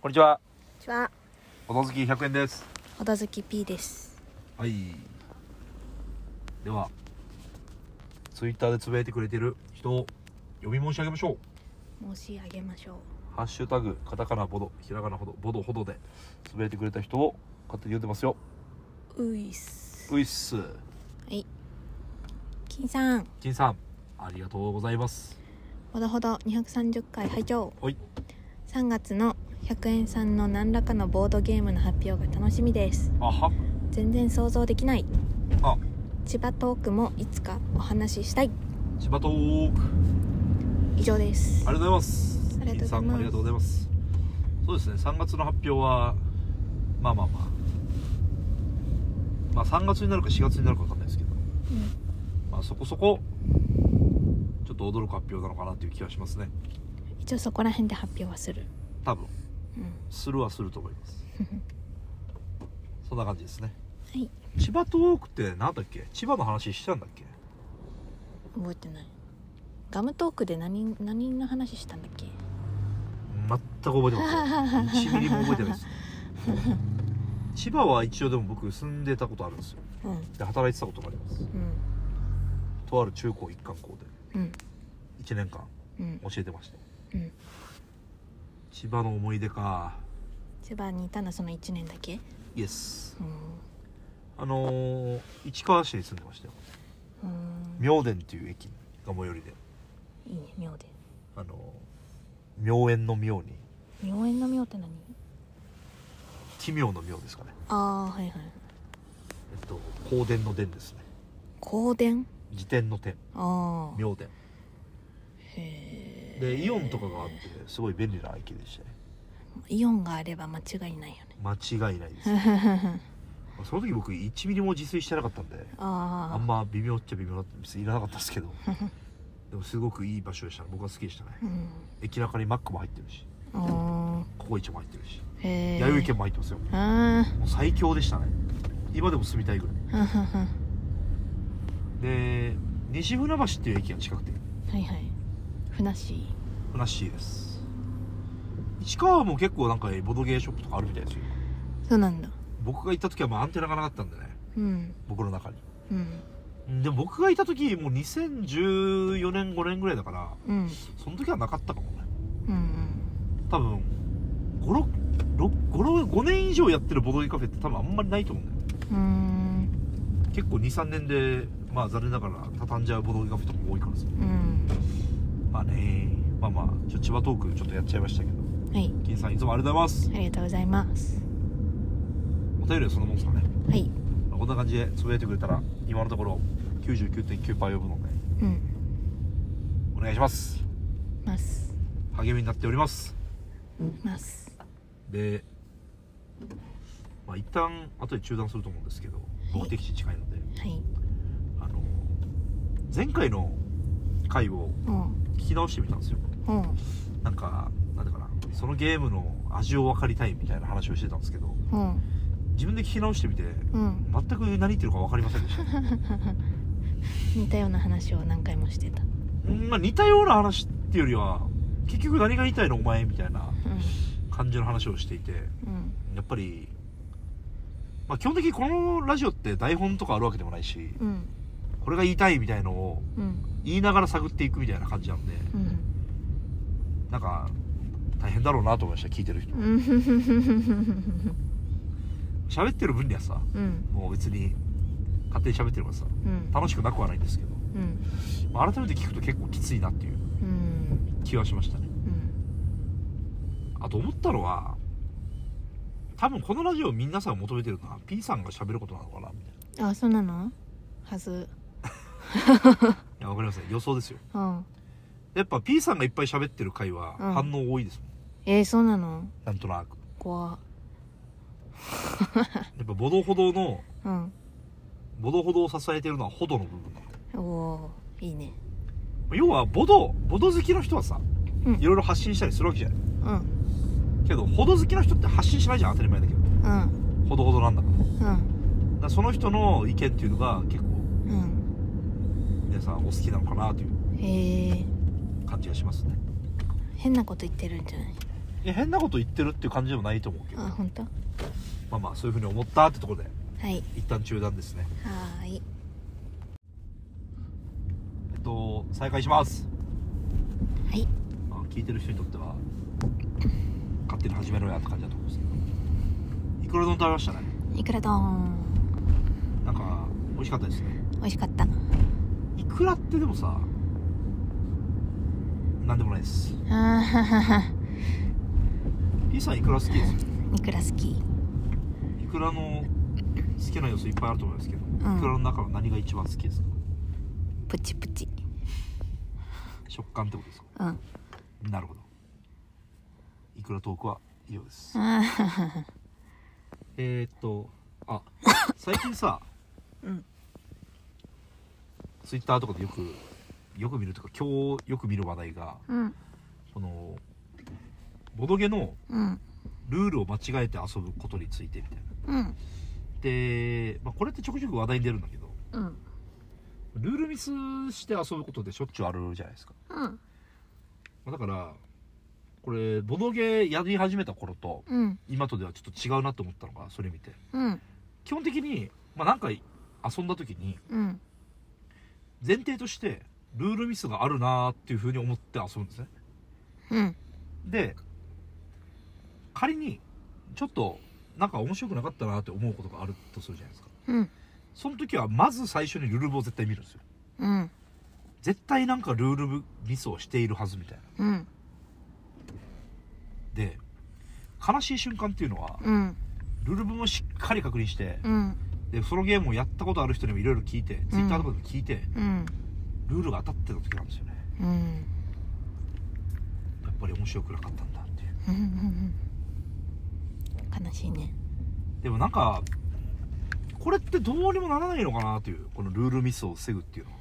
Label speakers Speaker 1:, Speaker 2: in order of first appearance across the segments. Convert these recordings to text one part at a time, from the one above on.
Speaker 1: こんにちは。
Speaker 2: こんにちは、
Speaker 1: おのずき100円です。
Speaker 2: ほどずき P です。
Speaker 1: はい。では、ツイッターでつぶやいてくれてる人を呼び申し上げましょう。
Speaker 2: 申し上げましょう。
Speaker 1: ハッシュタグ、カタカナボド、ひらがなほど、ボドほどでつぶやいてくれた人を勝手に呼んでますよ。
Speaker 2: ういっす。
Speaker 1: ういっす。
Speaker 2: はい。金さん、
Speaker 1: 金さん、ありがとうございます。
Speaker 2: ほどほど230回拝聴。
Speaker 1: はい。
Speaker 2: 3月の100円さんの何らかのボードゲームの発表が楽しみです。
Speaker 1: あは。
Speaker 2: 全然想像できない。
Speaker 1: あ、
Speaker 2: 千葉トークもいつかお話ししたい。
Speaker 1: 千葉トーク。
Speaker 2: 以上です
Speaker 1: あ。りがとうございます。
Speaker 2: ありがとう
Speaker 1: 金
Speaker 2: ございます
Speaker 1: さんありがとうございます。そうですね、3月の発表は、まあまあまあ、まあ3月になるか4月になるかわかんないですけど、
Speaker 2: うん
Speaker 1: まあそこそこ、ちょっと驚く発表なのかなという気がしますね。
Speaker 2: 一応そこら辺で発表はする。
Speaker 1: 多分、
Speaker 2: うん。
Speaker 1: するはすると思い ます。そんな感じですね。
Speaker 2: はい。
Speaker 1: 千葉トークって何だっけ千葉の話したんだっけ
Speaker 2: 覚えてない。ガムトークで何何の話したんだっけ？
Speaker 1: 全く覚えてません。1ミリも覚えてない ですね。千葉は一応でも僕住んでたことあるんですよ。
Speaker 2: うんう
Speaker 1: で働いてたことがあります。
Speaker 2: ん
Speaker 1: とある中高一貫校で
Speaker 2: うん
Speaker 1: 1年間
Speaker 2: うん
Speaker 1: 教えてました
Speaker 2: うん。
Speaker 1: 千葉の思い出か
Speaker 2: 千葉にいたのその一年だけ？
Speaker 1: イエス
Speaker 2: うん。
Speaker 1: あのー、市川市に住んでましたよ
Speaker 2: うーん
Speaker 1: 明殿っていう駅が最寄りで
Speaker 2: いいね妙で
Speaker 1: あのー、妙園の妙に
Speaker 2: 妙円の妙って何
Speaker 1: 奇妙の妙ですかね
Speaker 2: ああはいはい
Speaker 1: えっと香典の殿ですね
Speaker 2: 香典
Speaker 1: 自典の典
Speaker 2: ああ
Speaker 1: 妙殿
Speaker 2: へえ
Speaker 1: でイオンとかがあってすごい便利な駅でしたね
Speaker 2: イオンがあれば間違いないよね
Speaker 1: 間違いないです、その時僕1ミリも自炊してなかったんであ
Speaker 2: あ
Speaker 1: ん
Speaker 2: あ
Speaker 1: ま微妙っちゃ微妙だって別にいらなかったですけ どでもすごくいい場所でしたね僕は好きでしたね
Speaker 2: うん
Speaker 1: 駅中にマックも入ってるし
Speaker 2: あ
Speaker 1: ココイチも入ってるし、
Speaker 2: ーへえ
Speaker 1: 弥生県も入ってますよも
Speaker 2: あ
Speaker 1: う最強でしたね今でも住みたいぐらい
Speaker 2: あは
Speaker 1: で西船橋っていう駅が近くて
Speaker 2: いはいふなし
Speaker 1: ふなっしーです市川も結構なんかボドゲーショップとかあるみたいですよ
Speaker 2: そうなんだ
Speaker 1: 僕が行った時はまあアンテナがなかったんでね
Speaker 2: うん
Speaker 1: 僕の中に
Speaker 2: うん
Speaker 1: でも僕がいた時もう2014年5年ぐらいだから
Speaker 2: うん
Speaker 1: その時はなかったかもね
Speaker 2: うん
Speaker 1: 多分5年以上やってるボドゲカフェって多分あんまりないと思うんだよね
Speaker 2: うんうーん
Speaker 1: 結構23年でまあ残念ながら畳んじゃうボドゲカフェとかも多いからさ
Speaker 2: うん
Speaker 1: まあねまあまあちょ千葉トークちょっとやっちゃいましたけど
Speaker 2: はい
Speaker 1: 金さんいつもありがとうございます
Speaker 2: ありがとうございます
Speaker 1: お便りはそのもんですかね、
Speaker 2: はい
Speaker 1: まあこんな感じでつぶやいてくれたら今のところ99.9%呼ぶので
Speaker 2: うん
Speaker 1: お願いします
Speaker 2: ます
Speaker 1: 励みになっております
Speaker 2: ます
Speaker 1: でまあ一旦後で中断すると思うんですけど目的地近いので、
Speaker 2: はい
Speaker 1: あの前回の回を
Speaker 2: おう
Speaker 1: 聞き直してみたんですよ
Speaker 2: おう
Speaker 1: なんかなんだかなそのゲームの味を分かりたいみたいな話をしてたんですけど
Speaker 2: おう
Speaker 1: 自分で聞き直してみて
Speaker 2: うん
Speaker 1: 全く何言ってるか分かりませんでした
Speaker 2: 似たような話を何回もしてた
Speaker 1: うんまあ似たような話っていうよりは結局何が言いたいのお前みたいな
Speaker 2: う
Speaker 1: 感じの話をしていて
Speaker 2: んうん
Speaker 1: やっぱり、まあ、基本的にこのラジオって台本とかあるわけでもないし
Speaker 2: うん
Speaker 1: これが言いたいみたいのを
Speaker 2: うん
Speaker 1: 言いながら探っていくみたいな感じなんで
Speaker 2: うん
Speaker 1: なんか大変だろうなと思いました聞いてる人
Speaker 2: うん
Speaker 1: 喋ってる分にはさ
Speaker 2: うん
Speaker 1: もう別に勝手に喋ってればさ
Speaker 2: うん
Speaker 1: 楽しくなくはないんですけど、
Speaker 2: うん
Speaker 1: まあ、改めて聞くと結構きついなっていう
Speaker 2: うん
Speaker 1: 気はしましたね
Speaker 2: うん
Speaker 1: あと思ったのは多分このラジオ皆さん求めてるのは P さんが喋ることなのかなみたいな
Speaker 2: あそうなのはず
Speaker 1: いやわかりません予想ですよ
Speaker 2: うん
Speaker 1: やっぱ P さんがいっぱい喋ってる回は
Speaker 2: うん
Speaker 1: 反応多いですもん、
Speaker 2: えー、そうなの
Speaker 1: なんとなく
Speaker 2: 怖
Speaker 1: やっぱ歩道歩道の
Speaker 2: うん
Speaker 1: 歩道歩道を支えてるのは歩道の部分なの
Speaker 2: おおーいいね
Speaker 1: 要は歩道歩道好きの人はさ
Speaker 2: うん
Speaker 1: いろいろ発信したりするわけじゃない
Speaker 2: うん
Speaker 1: けど歩道好きの人って発信しないじゃん当たり前だけど
Speaker 2: うん
Speaker 1: ほどほどなんだからだか
Speaker 2: うん
Speaker 1: らその人の意見っていうのが結構
Speaker 2: うん
Speaker 1: 皆さんお好きなのかなという
Speaker 2: へえ
Speaker 1: 感じがしますね
Speaker 2: 変なこと言ってるんじゃない
Speaker 1: いや変なこと言ってるっていう感じでもないと思うけど
Speaker 2: あ
Speaker 1: ま
Speaker 2: 本当は
Speaker 1: あまあそういうふうに思ったってところで
Speaker 2: い
Speaker 1: 一旦中断ですね
Speaker 2: はーい
Speaker 1: えっと再開します
Speaker 2: はい
Speaker 1: まあ聞いてる人にとっては勝手に始めろやって感じだと思うんですけどいくら丼食べましたね
Speaker 2: いくら丼
Speaker 1: なんか美味しかったですね
Speaker 2: 美味しかった
Speaker 1: いくらってでもさなんでもないです
Speaker 2: あははは
Speaker 1: P さんいくら好きですよ
Speaker 2: いくら好き
Speaker 1: いくらの好きな要素いっぱいあると思いますけど、
Speaker 2: ん
Speaker 1: いくらの中の何が一番好きですか
Speaker 2: プチプチ
Speaker 1: 食感ってことですか
Speaker 2: うんあ
Speaker 1: なるほどいくらトークは以上です
Speaker 2: はは
Speaker 1: えー、っと あ最近さ
Speaker 2: うん
Speaker 1: ツイッターとかでよくよく見るとか今日よく見る話題が
Speaker 2: うん
Speaker 1: このボドゲの
Speaker 2: うん
Speaker 1: ルールを間違えて遊ぶことについてみたいな
Speaker 2: うん
Speaker 1: で、まあ、これってちょくちょく話題に出るんだけど
Speaker 2: うん
Speaker 1: ルールミスして遊ぶことってしょっちゅうあるじゃないですか、
Speaker 2: うん
Speaker 1: まあだからこれボドゲやり始めた頃と
Speaker 2: うん
Speaker 1: 今とではちょっと違うなと思ったのがそれ見て
Speaker 2: うん
Speaker 1: 基本的に、まあ、なんか遊んだ時に
Speaker 2: うん
Speaker 1: 前提としてルールミスがあるなーっていうふうに思って遊ぶんですね
Speaker 2: うん
Speaker 1: で仮にちょっとなんか面白くなかったなって思うことがあるとするじゃないですか
Speaker 2: うん
Speaker 1: その時はまず最初にルール部を絶対見るんですよ
Speaker 2: うん
Speaker 1: 絶対なんかルール部ミスをしているはずみたいな
Speaker 2: うん
Speaker 1: で悲しい瞬間っていうのは
Speaker 2: うん
Speaker 1: ルール部もしっかり確認して
Speaker 2: うん
Speaker 1: でそのゲームをやったことある人にもいろいろ聞いて、ツイッターとかでも聞いて
Speaker 2: うん
Speaker 1: ルールが当たってた時なんですよね
Speaker 2: うん
Speaker 1: やっぱり面白くなかったんだっていう
Speaker 2: うんうんうん悲しいね
Speaker 1: でもなんかこれってどうにもならないのかなというこのルールミスを防ぐっていうのは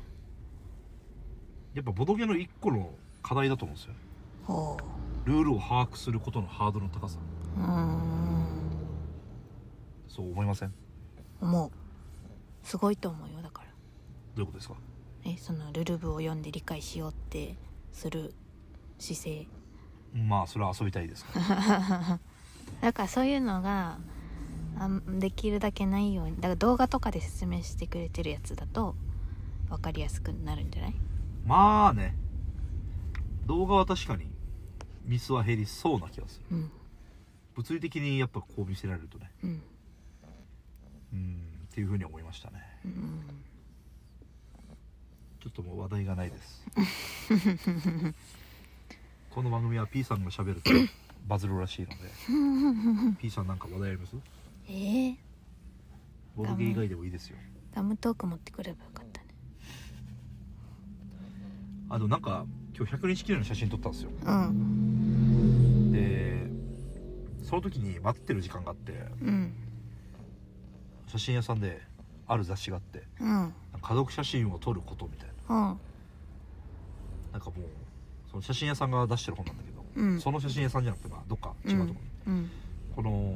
Speaker 1: やっぱボドゲの一個の課題だと思うんですよ
Speaker 2: ほ
Speaker 1: ルールを把握することのハードルの高さ
Speaker 2: ううん
Speaker 1: そう思いませんど
Speaker 2: 思うすごいと思うよだから
Speaker 1: ういうことですか
Speaker 2: えそのルルブを読んで理解しようってする姿勢
Speaker 1: まあそれは遊びたいですから
Speaker 2: だからそういうのがあんできるだけないようにだから動画とかで説明してくれてるやつだと分かりやすくなるんじゃない
Speaker 1: まあね動画は確かにミスは減りそうな気がする
Speaker 2: うん
Speaker 1: 物理的にやっぱこう見せられるとね
Speaker 2: うん
Speaker 1: うんっていうふうに思いましたね
Speaker 2: うん
Speaker 1: ちょっともう話題がないです この番組は P さんが喋るとバズるらしいので P さんなんか話題あります
Speaker 2: えー、
Speaker 1: ボドゲ以外でもいいですよ
Speaker 2: ガムトーク持ってくればよかったね
Speaker 1: あでもなんか今日100日記念の写真撮ったんですよ
Speaker 2: うん
Speaker 1: でその時に待ってる時間があって
Speaker 2: うん
Speaker 1: 写真屋さんである雑誌があって
Speaker 2: うん
Speaker 1: 家族写真を撮ることみたいな
Speaker 2: うん
Speaker 1: なんかもうその写真屋さんが出してる本なんだけど、
Speaker 2: うん
Speaker 1: その写真屋さんじゃなくてまあどっか違うところ、
Speaker 2: うん
Speaker 1: この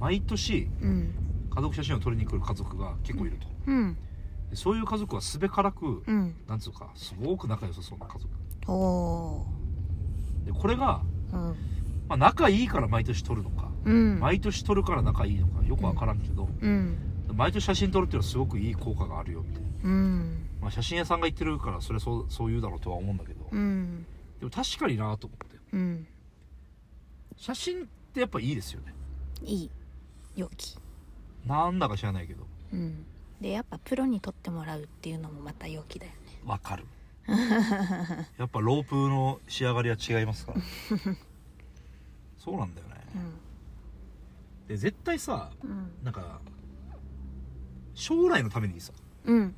Speaker 1: 毎年
Speaker 2: うん
Speaker 1: 家族写真を撮りに来る家族が結構いると、
Speaker 2: うん
Speaker 1: でそういう家族はすべからく、
Speaker 2: うん
Speaker 1: なんつうかすごく仲良さそうな家族
Speaker 2: おお
Speaker 1: でこれが、
Speaker 2: ーうん
Speaker 1: まあ、仲いいから毎年撮るのか、
Speaker 2: うん
Speaker 1: 毎年撮るから仲いいのかよくわからんけど、
Speaker 2: うん
Speaker 1: 毎年写真撮るっていうのはすごくいい効果があるよみたいな、
Speaker 2: うん
Speaker 1: まあ、写真屋さんが言ってるからそれはそうそう言うだろうとは思うんだけど、
Speaker 2: うん
Speaker 1: でも確かになと思って
Speaker 2: うん
Speaker 1: 写真ってやっぱいいですよね
Speaker 2: いい良き
Speaker 1: なんだか知らないけど
Speaker 2: うんでやっぱプロに取ってもらうっていうのもまた良きだよね
Speaker 1: わかる やっぱロープの仕上がりは違います からそうなんだよねで絶対さ
Speaker 2: うん
Speaker 1: なんか将来のためにさ
Speaker 2: うん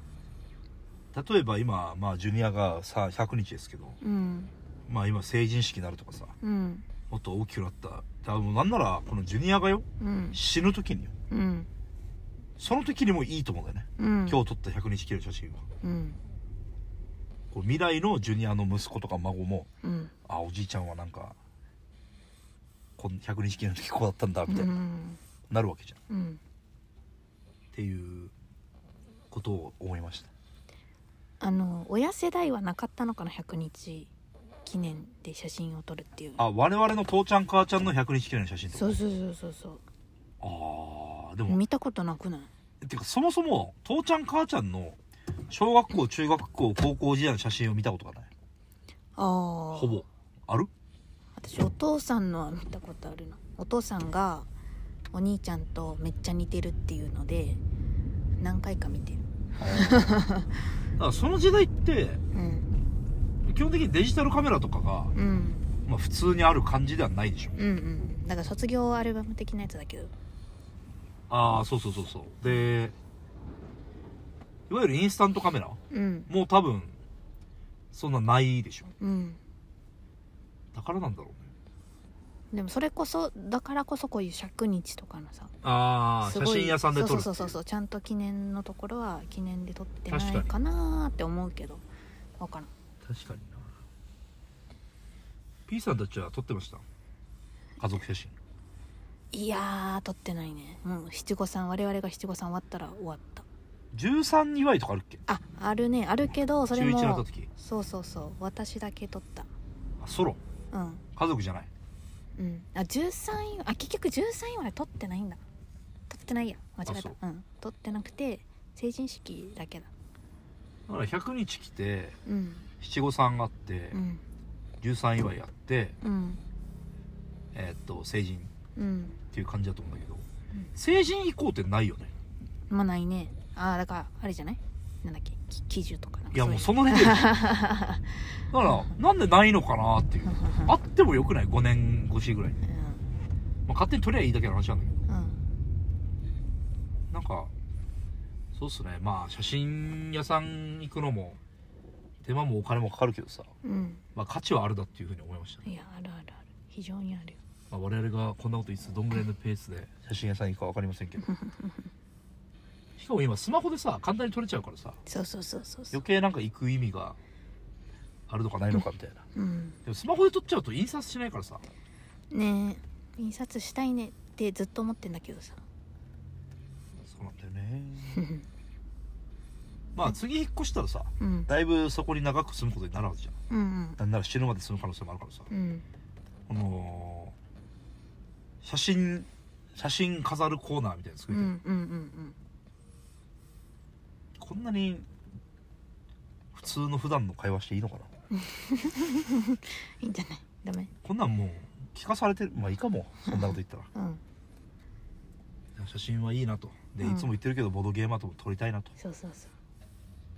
Speaker 1: 例えば今、まあ、ジュニアがさ100日ですけど、
Speaker 2: うん
Speaker 1: まあ、今成人式になるとかさ
Speaker 2: うん
Speaker 1: もっと大きくなっただもうなんならこのジュニアがよ
Speaker 2: うん
Speaker 1: 死ぬ時によ
Speaker 2: うん
Speaker 1: その時にもいいと思うんだよね、
Speaker 2: うん
Speaker 1: 今日撮った100日切る写真は
Speaker 2: うん
Speaker 1: こう未来のジュニアの息子とか孫も
Speaker 2: うん
Speaker 1: あおじいちゃんはなんかこん100日記念の時こうだったんだみたいな、
Speaker 2: うん
Speaker 1: なるわけじゃんっ
Speaker 2: うん
Speaker 1: ていうことを思いました
Speaker 2: あの親世代はなかったのかな100日記念で写真を撮るっていう
Speaker 1: あ我々の父ちゃん母ちゃんの100日記念の写真ってこと
Speaker 2: そうそうそうそうそう
Speaker 1: ああでも
Speaker 2: 見たことなくない
Speaker 1: てかそもそも父ちゃん母ちゃんの小学校中学校高校時代の写真を見たことがない
Speaker 2: ああ
Speaker 1: ほぼあ る
Speaker 2: 私お父さんのは見たことあるなお父さんがお兄ちゃんとめっちゃ似てるっていうので何回か見てる
Speaker 1: だからその時代って
Speaker 2: うん
Speaker 1: 基本的にデジタルカメラとかが、
Speaker 2: うん
Speaker 1: まあ、普通にある感じではないでしょ
Speaker 2: うんうんだから卒業アルバム的なやつだけど
Speaker 1: ああそうそうそうそうでいわゆるインスタントカメラ
Speaker 2: うん
Speaker 1: もう多分そんなないでしょ
Speaker 2: うん
Speaker 1: だからなんだろうね
Speaker 2: でもそれこそだからこそこういう100日とかのさ
Speaker 1: ああ
Speaker 2: す
Speaker 1: 写
Speaker 2: ごい
Speaker 1: 真屋さんで撮るっていう
Speaker 2: そうそうそうそうちゃんと記念のところは記念で撮ってない
Speaker 1: 確か
Speaker 2: かなーって思うけど分からん
Speaker 1: 確かにな P さんたちは撮ってました家族写真
Speaker 2: いやー撮ってないねもう七五三我々が七五三終わったら終わった
Speaker 1: 13祝いとかあるっけ
Speaker 2: ああるねあるけどそれ
Speaker 1: 中1になった
Speaker 2: も
Speaker 1: 時
Speaker 2: そうそうそう私だけ撮った
Speaker 1: あソロ
Speaker 2: うん
Speaker 1: 家族じゃない
Speaker 2: うんあ13位あ結局13位は撮ってないんだ撮ってないや間違え
Speaker 1: あそ
Speaker 2: た
Speaker 1: う
Speaker 2: うん撮ってなくて成人式だけだ
Speaker 1: だから100日来て
Speaker 2: うん
Speaker 1: 七五三があって、
Speaker 2: うん
Speaker 1: 13祝いやって
Speaker 2: うん
Speaker 1: えーっと成人っ
Speaker 2: うん
Speaker 1: ていう感じだと思うんだけど、
Speaker 2: ん
Speaker 1: 成人以降ってないよね
Speaker 2: まあないねあーだからあれじゃないなんだっけき喜寿とかなんか
Speaker 1: いやもうそ
Speaker 2: の
Speaker 1: のレベルだからなんでないのかなっていうあってもよくない5年越しぐらいに、
Speaker 2: う
Speaker 1: まあ、勝手に取りゃいいだけの話なんだけど
Speaker 2: ん うん
Speaker 1: なんかそうっすねまあ写真屋さん行くのも手間もお金もかかるけどさ、
Speaker 2: うん
Speaker 1: まあ、価値はあるだっていうふうに思いましたね、
Speaker 2: いやあるあるある非常にあるよ
Speaker 1: まあ、我々がこんなこといつどんぐらいのペースで写真屋さん行くか分かりませんけ どしかも今スマホでさ簡単に撮れちゃうからさ
Speaker 2: そうそうそうそうそう
Speaker 1: 余計なんか行く意味があるのかないのかみたいな
Speaker 2: うん
Speaker 1: でもスマホで撮っちゃうと印刷しないからさ
Speaker 2: ねえ印刷したいねってずっと思ってんだ けどさ
Speaker 1: そうなんだよねまあ次引っ越したらさ
Speaker 2: うん
Speaker 1: だいぶそこに長く住むことになるはずじゃん
Speaker 2: うんうん
Speaker 1: なんなら死ぬまで住む可能性もあるからさ
Speaker 2: うん
Speaker 1: この写真写真飾るコーナーみたいなの作
Speaker 2: うんう
Speaker 1: りたい、
Speaker 2: んうん
Speaker 1: こんなに普通の普段の会話していいのかない
Speaker 2: いんじゃないダメ
Speaker 1: こんなんもう聞かされてるまあいいかもそんなこと言ったら
Speaker 2: うん
Speaker 1: いや写真はいいなとでい
Speaker 2: うん
Speaker 1: つも言ってるけどボードゲーマーとも撮りたいなと
Speaker 2: そうそうそう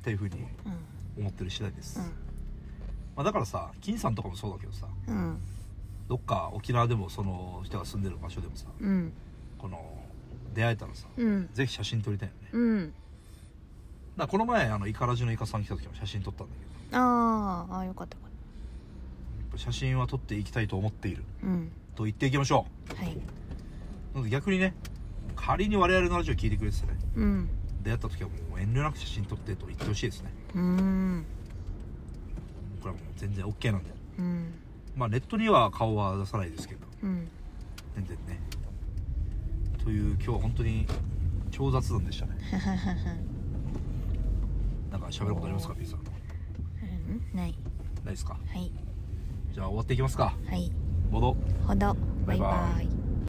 Speaker 1: っていうふうに
Speaker 2: う
Speaker 1: 思ってる次第です、
Speaker 2: ん
Speaker 1: まあ、だからさ金さんとかもそうだけどさ
Speaker 2: うん
Speaker 1: どっか沖縄でもその人が住んでる場所でもさ
Speaker 2: うん
Speaker 1: この出会えたらさ
Speaker 2: うん
Speaker 1: ぜひ写真撮りたいよねだか
Speaker 2: うん
Speaker 1: らこの前あのイカラジのイカさん来た時も写真撮ったんだけど
Speaker 2: あーあーよかったよかっ
Speaker 1: 写真は撮っていきたいと思っている
Speaker 2: たうん
Speaker 1: と言っていきましょ
Speaker 2: はい、
Speaker 1: うなので逆にね仮に我々のラジオ聞いてくれててね
Speaker 2: うん、
Speaker 1: 出会った時はもう遠慮なく写真撮ってと言ってほしいですね
Speaker 2: うーん、
Speaker 1: これはもう全然 OK なんで
Speaker 2: うん、
Speaker 1: まあネットには顔は出さないですけど
Speaker 2: うん、
Speaker 1: 全然ねという今日は本当に超雑談でしたねなんか喋ることありますか P さん
Speaker 2: うん、ない、
Speaker 1: ないですか
Speaker 2: はい、
Speaker 1: じゃあ終わっていきますか
Speaker 2: はい、
Speaker 1: ボド
Speaker 2: ほど、バイバ
Speaker 1: バイバ
Speaker 2: イ。